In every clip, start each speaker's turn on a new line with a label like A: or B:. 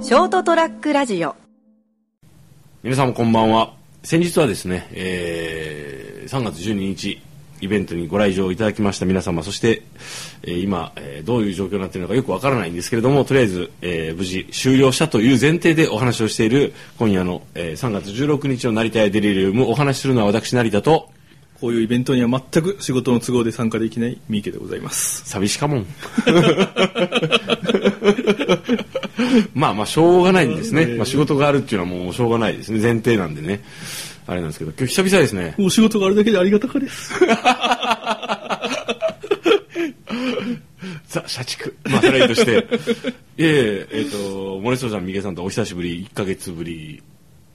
A: ショートトラックラジオ
B: 皆さんこんばんは先日はですね、えー3月12日イベントにご来場いただきました皆様そして、えー今、えーどういう状況になっているのかよくわからないんですけれどもとりあえず、えー無事終了したという前提でお話をしている今夜の、えー3月16日の成田やデリリウムお話しするのは私成田と
C: こういうイベントには全く仕事の都合で参加できない三池でございます。
B: 寂しかもん まあまあしょうがないんですね、まあ、仕事があるっていうのはもうしょうがないですね前提なんでねあれなんですけど今日久々ですね
C: お仕事があるだけでありがたかです。
B: ザ・社畜。まあ、それはいいとして。 いえいえ、えっ、と、森荘さん、三毛さんとお久しぶり、1ヶ月ぶり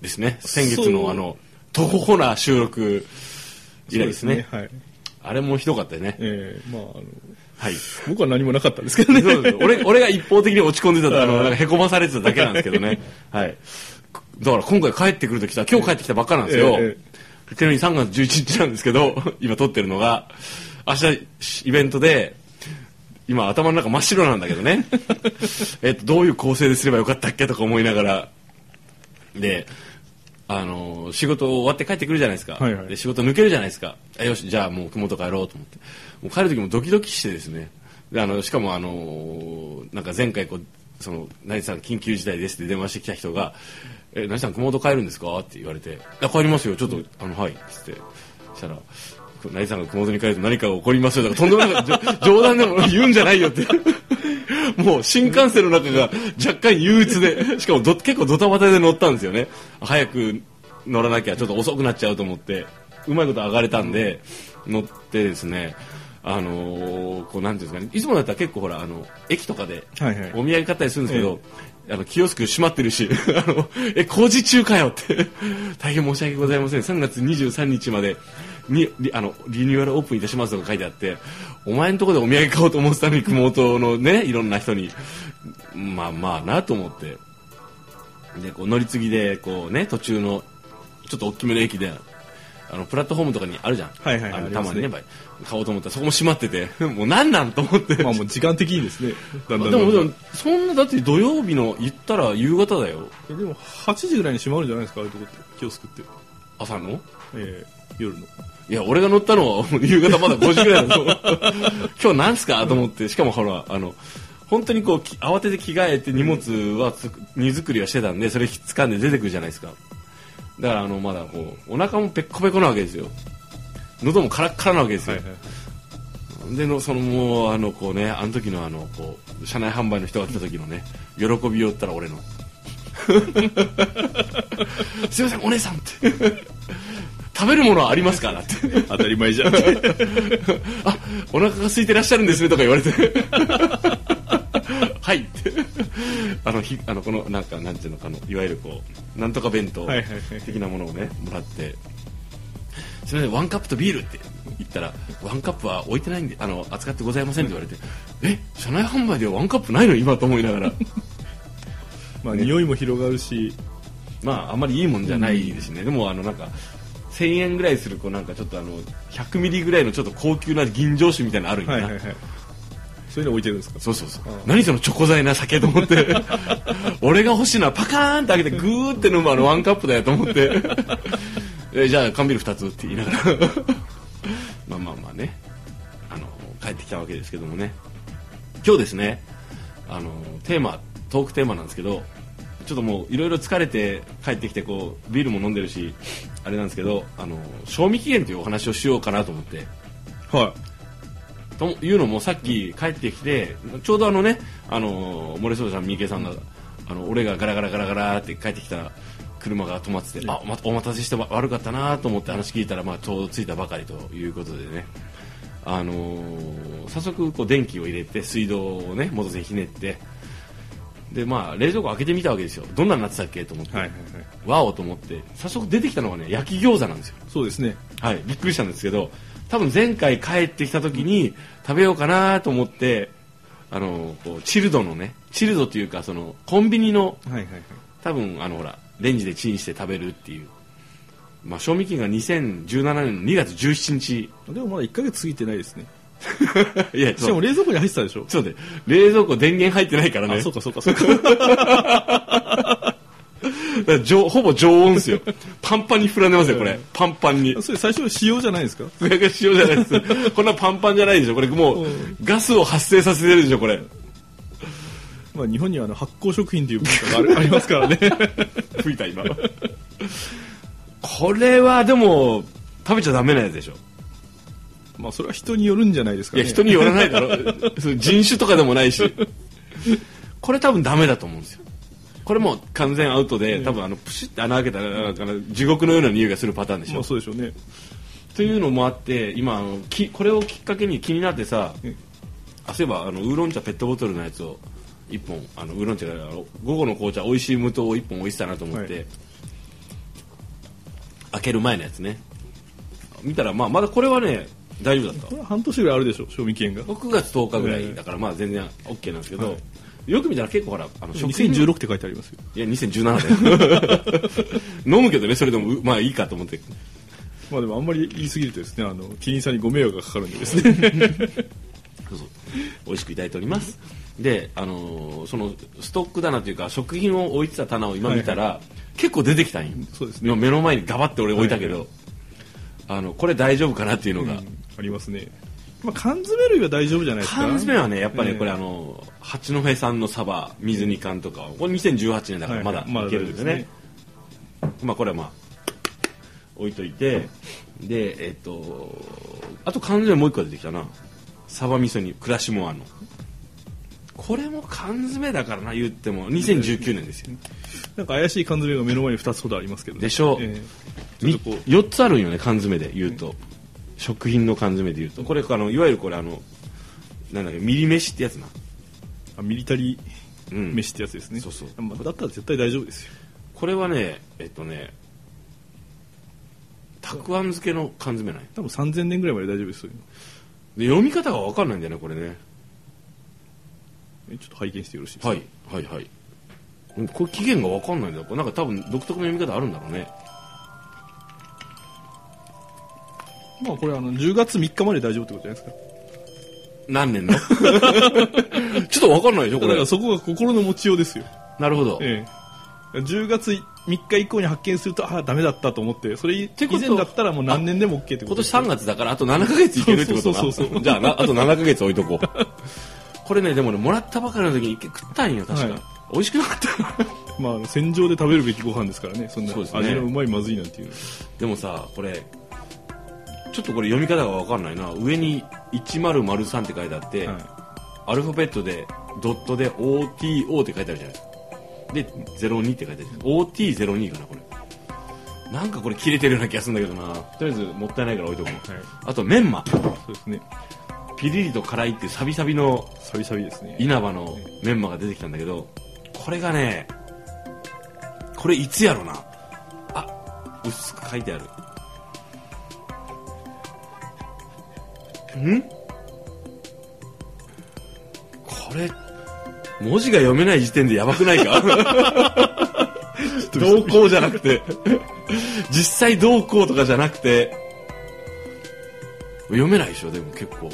B: ですね。先月
C: そう
B: の、あの、徒歩な収録以来ですね。
C: そうはい。
B: あれもひどかったよね。
C: ええまあ、あの、
B: はい。
C: 僕は何もなかったんですけ どね。
B: そうです俺俺が一方的に落ち込んでたあのなんかへこまされてただけなんですけど ね、はい、だから今回帰ってくるときさ今日帰ってきたばっかなんですよ、
C: え
B: ちなみに3月11日なんですけど 今撮ってるのが明日イベントで今頭の中真っ白なんだけどねえっとどういう構成ですればよかったっけとか思いながらであの仕事終わって帰ってくるじゃないですか、
C: はいはい
B: で仕事抜けるじゃないですかあよしじゃあもう熊本帰ろうと思ってもう帰る時もドキドキしてですねであのしかもあのーなんか前回こうその何さん緊急事態ですって電話してきた人が「え何さん熊本帰るんですか?」って言われて「あ帰りますよちょっとあのはい」っつってそしたら「何さんが熊本に帰ると何かが起こりますよ」だからとんでもないじょ冗談でも言うんじゃないよって。もう新幹線の中が若干憂鬱で、しかもど結構ドタバタで乗ったんですよね。早く乗らなきゃちょっと遅くなっちゃうと思って、うまいこと上がれたんで、乗ってですね、あのーこうなんていうんですかね、いつもだったら結構ほら、あの、駅とかで
C: はいはい
B: お土産買ったりするんですけど、あの、キオスク閉まってるし、 あの、え、工事中かよって、 大変申し訳ございません。3月23日までに、リあの、リニューアルオープンいたしますとか書いてあって、お前のところでお土産買おうと思ってたのに、熊本のね、 いろんな人に、まあまあなと思って、で、こう乗り継ぎで、こうね、途中の、ちょっと大きめの駅で、あの、プラットフォームとかにあるじゃん。
C: はいはいはい
B: あの
C: あり
B: た
C: ます
B: ま
C: ね
B: にね、やっぱり買おうと思ったら、そこも閉まってて、 もうなんなんと思って。
C: まあもう時間的にですね。だんだん
B: で
C: だん
B: も
C: だ
B: で
C: ん
B: もそんなだって土曜日の言ったら夕方だよ
C: えでも8時ぐらいに閉まるんじゃないですか、ああいうとこって。気を救って。
B: 朝の
C: ええ夜の。
B: いや俺が乗ったのは 夕方まだ5時ぐらいだぞ 今日なんすかと思ってしかもほらあの本当にこうき慌てて着替えて荷物はつく荷造りはしてたんでそれ掴んで出てくるじゃないですかだからあのまだこうお腹もペッコペコなわけですよ喉もカラッカラなわけですよ、でのそのもうあのこうねあの時のあのこう車内販売の人が来た時のね喜びを言ったら俺のすいませんお姉さんって食べるものはありますからって
C: 当たり 前じゃん。え
B: あお腹が空いてらっしゃるんですねとか言わ れてはいってあのひあのこのなんかなんていうのかあのいわゆるこうなんとか弁当
C: はいはいはい
B: 的なものをねもらってすみませんワンカップとビールって言ったらワンカップは置いてないんであの扱ってございませんって言われてえ車内販売でワンカップないの今と思いながら
C: まあ匂いも広がるし、
B: まああんまりいいもんじゃないですね、でもあのなんか1000円ぐらいするこうなんかちょっとあの100ミリぐらいのちょっと高級な吟醸酒みたいなのあるんだ
C: は
B: ない
C: はいはい。そういうの置いてるんですか
B: そうそうそう、
C: うん
B: 何そのチョコ材な酒と思って俺が欲しいのはパカーンって開けてグーって飲むあのワンカップだよと思ってえじゃあ缶ビール2つって言いながら まあまあまあねあの帰ってきたわけですけどもね今日ですねあのテーマトークテーマなんですけどちょっともういろいろ疲れて帰ってきてこうビールも飲んでるしあれなんですけどあの賞味期限というお話をしようかなと思って。
C: は
B: というのもさっき帰ってきてちょうどあのねあの森荘さん三池さんがあの俺がガラガラガラガラって帰ってきた車が止まっててあおまお待たせしてわ悪かったなと思って話聞いたら、まあ、ちょうど着いたばかりということでねあのー早速こう電気を入れて水道をね元栓ひねってでまあ冷蔵庫開けてみたわけですよどんなになってたっけと思って、
C: い。はいはいはい。
B: わおと思って早速出てきたのがね焼き餃子なんですよ
C: そうですね。
B: はい、びっくりしたんですけど多分前回帰ってきた時に食べようかなと思ってあのこうチルドのねチルドというかそのコンビニの
C: はいはいはい。
B: 多分あのほらレンジでチンして食べるっていう、まあ、賞味期限が2017年の2月17日
C: でもまだ1ヶ月過ぎてないですね。
B: いや
C: しか
B: そ
C: も
B: う
C: 冷蔵庫に入ってたでしょ
B: そうで冷蔵庫電源入ってないからね
C: あ、そうかそうかそうか。
B: から常ほぼ常温ですよパンパンに膨らんでますよこれパンパンに
C: それ最初の仕様じゃないですか
B: これが塩じゃないですこんなパンパンじゃないでしょこれもう
C: うん
B: ガスを発生させてるでしょこれ
C: まあ日本にはあの発酵食品という文化があるありますか らね
B: 吹いた今これはでも食べちゃダメなやつでしょ
C: まあそれは人によるんじゃないですか
B: いや
C: ね
B: 人によら ないだろその人種とかでもないしこれ多分ダメだと思うんですよこれもう完全アウトで多分あのプシュって穴開けたらなんか地獄のような匂いがするパターンでしょ
C: まあそうでしょうね
B: というのもあって今あのきこれをきっかけに気になってさ
C: うん
B: あそういえばあのウーロン茶ペットボトルのやつを1本あのウーロン茶が午後の紅茶美味しい無糖を1本置いてたなと思って、
C: はい
B: 開ける前のやつね見たら、まあ、まだこれはね大丈夫だった
C: これは半年ぐらいあるでしょう賞味期限が
B: 6月10日ぐら
C: え
B: い
C: え
B: だからまあ全然 OK なんですけど、
C: は
B: よく見たら結構ほらあの食品
C: 2016って書いてありますよ
B: いや2017だよ 飲むけどねそれでもうまあいいかと思って
C: まあでもあんまり言い過ぎるとですねあのキリンさんにご迷惑がかかるんでで すね
B: そうそう美味しくいただいておりますで、あのーそのストック棚というか食品を置いてた棚を今見たら、結構出てきたんよ
C: そうですね
B: 今目の前にガバって俺置いたけど、
C: はい
B: あのこれ大丈夫かなっていうの
C: う
B: が、
C: んありますね まあ缶詰類は大丈夫じゃないですか
B: 缶詰はねやっぱり、
C: ええ
B: これあの八戸産のサバ水煮缶とかはこれ2018年だからまだ
C: はいまだ
B: いけるんですね,、
C: 大丈
B: まあこれはまあ置いといてでえっとあと缶詰もう一個出てきたなサバ味噌煮暮らしもあのこれも缶詰だからな言っても2019年ですよ
C: なんか怪しい缶詰が目の前に2つほどありますけどね
B: でしょう
C: ええちょっとこう
B: 4つあるんよね缶詰で言うと、食品の缶詰で言うとこれあのいわゆるこれあのなんだっけミリ飯ってやつな
C: あミリタリ
B: う
C: ー
B: ん
C: 飯ってやつですね、
B: そうそう
C: まあだったら絶対大丈夫ですよ
B: これはねえっとねたくあん漬けの缶詰ない
C: 多分3000年ぐらいまで大丈夫ですよ
B: で読み方が分かんないんだよねこれね
C: えちょっと拝見してよろしいですか、
B: はいはいはいうんこれ期限が分かんないんだよこれなんか多分独特の読み方あるんだろうね
C: まあこれあの10月3日まで大丈夫ってことじゃないですか
B: 何 年のちょっと分かんないでしょこ
C: だか
B: れ
C: らそこが心の持ちようですよ、
B: なるほど、
C: ええ、10月3日以降に発見するとああダメだったと思ってそれ以
B: てこと
C: 前だったらもう何年でも OK ってこ
B: 今
C: とで
B: 年
C: すよ
B: 3月だからあと7ヶ月いけるってことか
C: そうそうそうそう
B: じゃあなあと7ヶ月置いとこうこれねでもねもらったばかりの時に一回食ったんよ確か、
C: はい
B: 美味しくなかった
C: まああの戦場で食べるべきご飯ですからねそんな
B: そうです
C: 味
B: ね
C: のうまいまずいなんていうの
B: でもさこれちょっとこれ読み方が分かんないな上に1003って書いてあって、
C: は
B: アルファベットでドットで OTO って書いてあるじゃないですかで02って書いてある OT02 かなこれなんかこれ切れてるような気がするんだけどなとりあえずもったいないから置いとこう、
C: はい
B: あとメンマ
C: いそうですね
B: ピリリと辛いっていうサビサビの
C: サビサビですね
B: 稲葉のメンマが出てきたんだけどこれがねこれいつやろなあ薄く書いてあるんこれ文字が読めない時点でやばくないか同行じゃなくて実際同行とかじゃなくて読めないでしょでも結構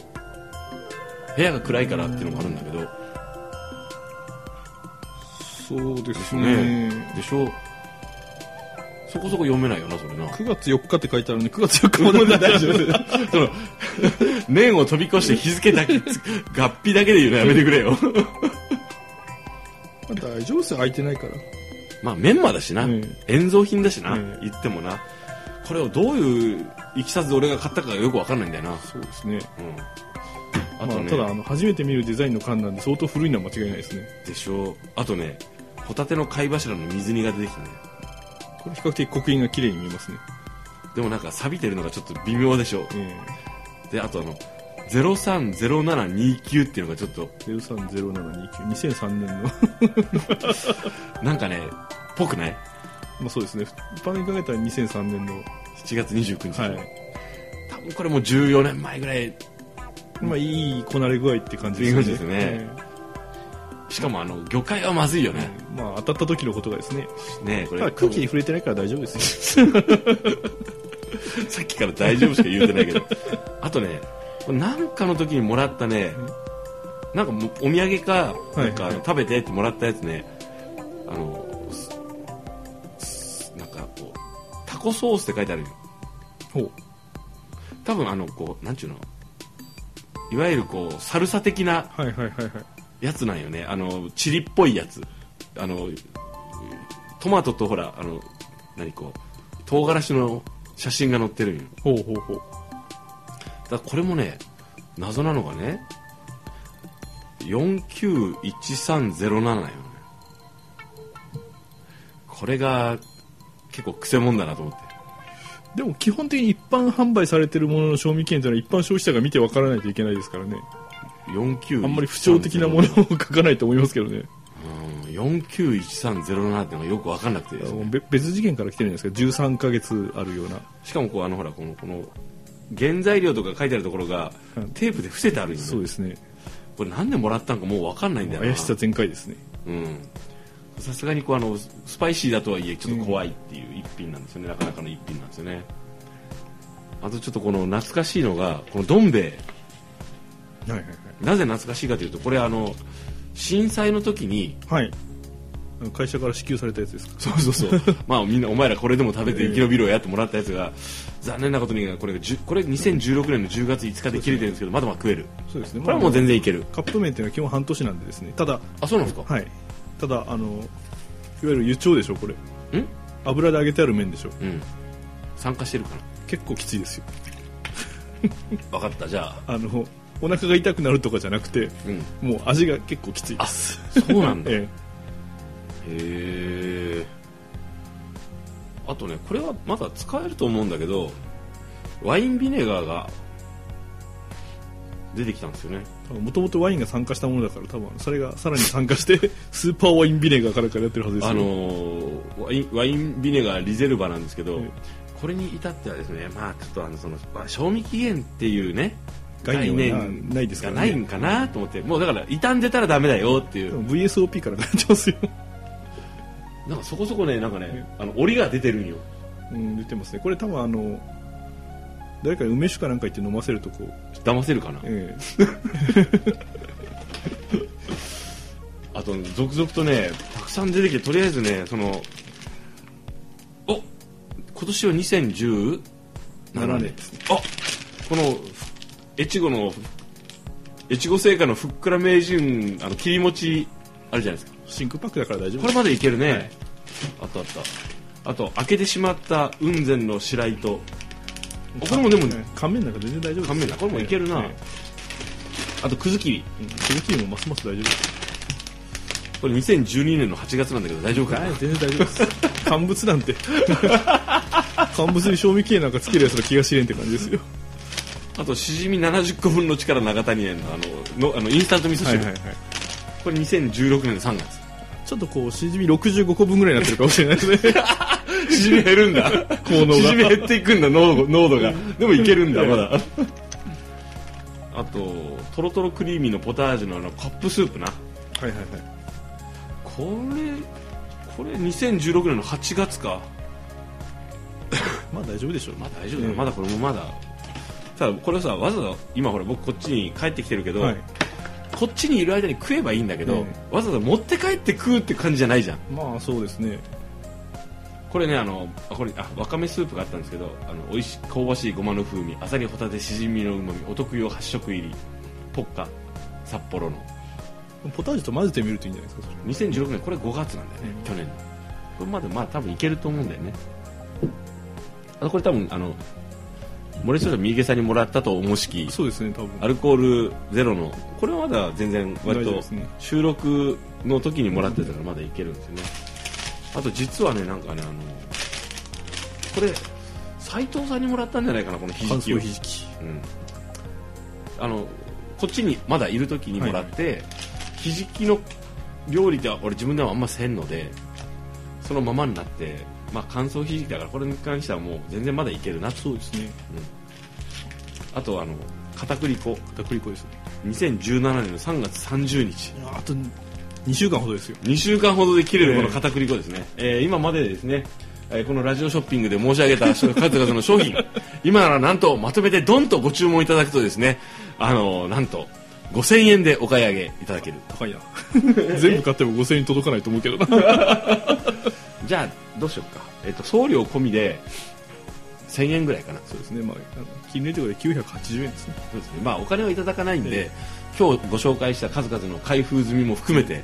B: 部屋が暗いからっていうのもあるんだけど、
C: そうです
B: ね
C: ね
B: でしょそこそこ読めないよなそれ な
C: 9月4日って書いてあるんで9月4日まで大丈夫 です
B: その年を飛び越して日付だけつ合皮だけで言うのやめてくれ よ
C: まあ大丈夫ですよ空いてないから
B: まあメンマだしな、
C: うん
B: 塩蔵品だしな、
C: うん
B: 言ってもなこれをどういういきさつで俺が買ったかがよく分かんないんだよな、うん、
C: そうですね
B: あと
C: まあ、
B: ね、
C: ただあの初めて見るデザインの缶なんで相当古いのは間違いないですね
B: でしょうあとねホタテの貝柱の水煮が出てきたね
C: これ比較的刻印が綺麗に見えますね、
B: でもなんか錆びてるのがちょっと微妙でしょ
C: え
B: であとあの030729っていうのがちょっと
C: え030729 2003年の
B: なんかねぽくない
C: まあそうですね一般に考えたら2003年の
B: 7月29日、
C: はい
B: 多分これもう14年前ぐらい
C: まあいいこなれ具合って感じです
B: い
C: ね
B: い感じですね
C: え
B: しかもあの魚介はまずいよ
C: え
B: ね、
C: まあ当たった時のことがですね
B: ねえこ
C: た
B: れ
C: だ空気に触れてないから大丈夫です
B: さっきから大丈夫しか言うてないけど あとねこれなんかの時にもらったねなんかもうお土産か
C: い
B: なんかあの食べてってもらったやつねあのすコソースって書いてあるよ
C: ほう
B: 多分あのこうなんちゅうのいわゆるこうサルサ的な
C: はいはいはいはい
B: やつなんよねあのチリっぽいやつあのトマトとほらあの何こう唐辛子の写真が載ってるんよ
C: ほうほうほう
B: だからこれもね謎なのがね491307なんよねこれが結構くせもんだなと思って
C: でも基本的に一般販売されてるものの賞味期限というのは一般消費者が見てわからないといけないですからね
B: 491307
C: あんまり不調的なものを書かないと思いますけどね
B: うん491307ってのがよく分かんなくてですね
C: べ別次元から来てるんじゃないですか13ヶ月あるような
B: しかもこうあのほらこのこの原材料とか書いてあるところが
C: うん
B: テープで伏せてあるんよね
C: そうですね
B: これなんでもらったんかもう分かんないんだよな
C: 怪しさ全開ですね
B: うんさすがにこうあのスパイシーだとはいえちょっと怖いっていう一品なんですよね、なかなかの一品なんですよねあとちょっとこの懐かしいのがこのどん兵衛
C: はいはい
B: なぜ懐かしいかというとこれあの震災の時に
C: はいはいあの会社から支給されたやつですか
B: そうそう そうまあみんなお前らこれでも食べて生き延びろやってもらったやつが残念なことにこれがじゅこれ2016年の10月5日で切れてるんですけどまだまだ食える
C: そうですね
B: これはもう全然いける
C: カップ麺っていうのは基本半年なんでですねただ
B: あそうなんですか
C: はいただあのいわゆる油腸でしょこれ
B: うん
C: 油で揚げてある麺でしょ
B: うん参加してるかな
C: 結構きついですよ
B: 分かったじゃあ
C: あのお腹が痛くなるとかじゃなくて
B: うん
C: もう味が結構きつい
B: あ
C: です
B: そうなん だへ
C: え
B: えあとねこれはまだ使えると思うんだけどワインビネガーが出てきたんですよね
C: えもともとワインが酸化したものだから多分それがさらに酸化して スーパーワインビネガーからからやってるはずですよ
B: あのーワインワインビネガーリゼルバなんですけど、
C: うん
B: これに至ってはですねまあちょっとあのその、まあ賞味期限っていうね
C: 概念は
B: 概
C: ないですか
B: が
C: ら
B: ないん
C: ね
B: かなと思ってもうだから傷んでたらダメだよってい
C: で
B: う
C: も VSOP からからやってますよ、
B: なんかそこそこねなんかねあの檻が出てるんよ
C: うん、出てますねこれ多分あの誰かに梅酒かなんか言って飲ませるとこう、
B: 騙せるかな
C: え
B: あと続々とねたくさん出てきてとりあえずねそのお今年は2017
C: 7
B: 年
C: 年ですね
B: あこの越後の越後製菓のふっくら名人あの切り餅あるじゃないですか
C: え真空パックだから大丈夫
B: こ
C: で
B: れ
C: す
B: までいけるね、
C: はい
B: あったあったあと開けてしまった雲仙の白糸あこれもでも
C: ええ乾麺なんか全然大丈夫です
B: 乾麺だこれもいけるな
C: え
B: あとくず切り
C: えうん手切りもますます大丈夫です
B: これ2012年の8月なんだけど大丈夫かな
C: はい全然大丈夫です乾物なんて 乾物に賞味期限なんかつけるやつの気が知れんって感じですよ
B: あとしじみ70個分の力長谷園のあののあのインスタント味噌汁、これ2016年の3月
C: ちょっとこうしじみ65個分ぐらいになってるかもしれないですね
B: しじみ減るん だ効
C: 能が
B: しじみ減っていくんだ濃度濃度がでもいけるんだまだあととろとろクリーミーのポタージュのあのカップスープな
C: はいはいはい
B: これこれ2016年の8月か
C: まあ大丈夫でしょう、
B: まあ大丈夫だよ、
C: うん
B: まだこれもまだただこれさわざわざ今ほら僕こっちに帰ってきてるけど、
C: はい、
B: こっちにいる間に食えばいいんだけど、
C: うん
B: わざわざ持って帰って食うって感じじゃないじゃん
C: まあそうですね
B: これねあのあこれあわかめスープがあったんですけどあの美味しい香ばしいごまの風味あさりホタテしじみのうまみお得用8色入りポッカ札幌の
C: ポタージュと混ぜてみるといいんじゃないですか
B: 2016年これ5月なんだよね、
C: うん
B: 去年のこれまでまあ多分いけると思うんだよねあとこれ多分あの森下さん三池さんにもらったと思しき
C: それそうですね多分
B: アルコールゼロのこれはまだ全然割
C: 大丈夫
B: と
C: ですね
B: 収録の時にもらってたからまだいけるんですよねあと実はねなんかねあのこれ斎藤さんにもらったんじゃないかなこのひじ
C: 乾
B: きを
C: 燥ひじき
B: うん、あのこっちにまだいる時にもらって、ひじきの料理では俺自分ではあんませんのでそのままになってまあ乾燥ひじきだからこれに関してはもう全然まだいけるな
C: そうですね
B: あとあの片栗粉
C: 片栗粉ですね
B: 2017年の3月30日
C: いやあと2週間ほどですよ
B: 2週間ほどで切れるこの片栗粉ですね、えー今までですね、えーこのラジオショッピングで申し上げた数々の商品 今ならなんとまとめてドンとご注文いただくとですねあのーなんと5000円でお買い上げいただける
C: 高い な全部買っても5000円届かないと思うけどな
B: じゃあどうしようか、えっと送料込みで1000円ぐらいかな
C: そうですね、まあ、あの金利ということで980円ですね。
B: そうですねまあ、お金はいただかないんで、今日ご紹介した数々の開封済みも含めて、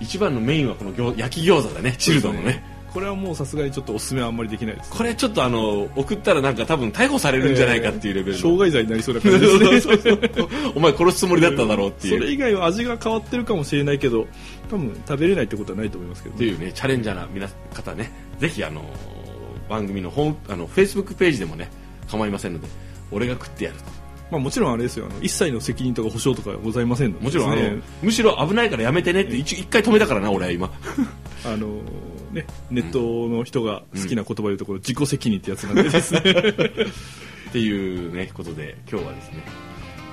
B: 一番のメインはこの餃焼き餃子だね、チルドの
C: そうです
B: ね。
C: これはもうさすがにちょっとおすすめはあんまりできないですね。
B: これちょっとあの送ったらなんか多分逮捕されるんじゃないかっていうレベル
C: 障
B: の、
C: 害罪になりそうな感じです ね。
B: そうそうそうお前殺すつもりだっただろうって
C: それ
B: いう
C: 以外は味が変わってるかもしれないけど、多分食べれないってことはないと思いますけど、
B: っていうねチャレンジャーな皆方ねぜひあの番組のホームあのフェイスブックページでもね構いませんので俺が食ってやると
C: まあ、もちろんあれですよあの一切の責任とか保証とかはございませんので
B: もちろんあの、
C: ですね
B: むしろ危ないからやめてねって一一回止めたからな俺は今
C: あのね、ネットの人が好きな言葉で言うところ、自己責任ってや つなんでですね
B: っていうねことで今日はですね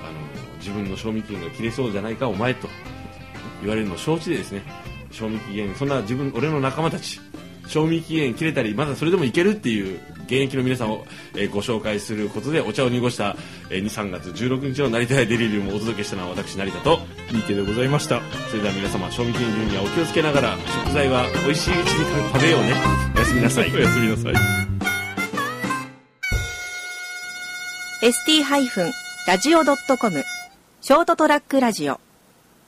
B: あの自分の賞味期限が切れそうじゃないかお前と言われるのを承知でですね賞味期限そんな自分俺の仲間たち賞味期限切れたりまだそれでもいけるっていう現役の皆さんを、えーご紹介することでお茶を濁した、えー、2、3月16日の成田屋デリリウムをお届けしたのは私成田と
C: いい手でございました
B: それでは皆様賞味期限順にはお気をつけながら食材は美味しいうちに食べようねおやすみなさい
C: おやすみなさい
A: ST-radio.com ショートトラックラジオ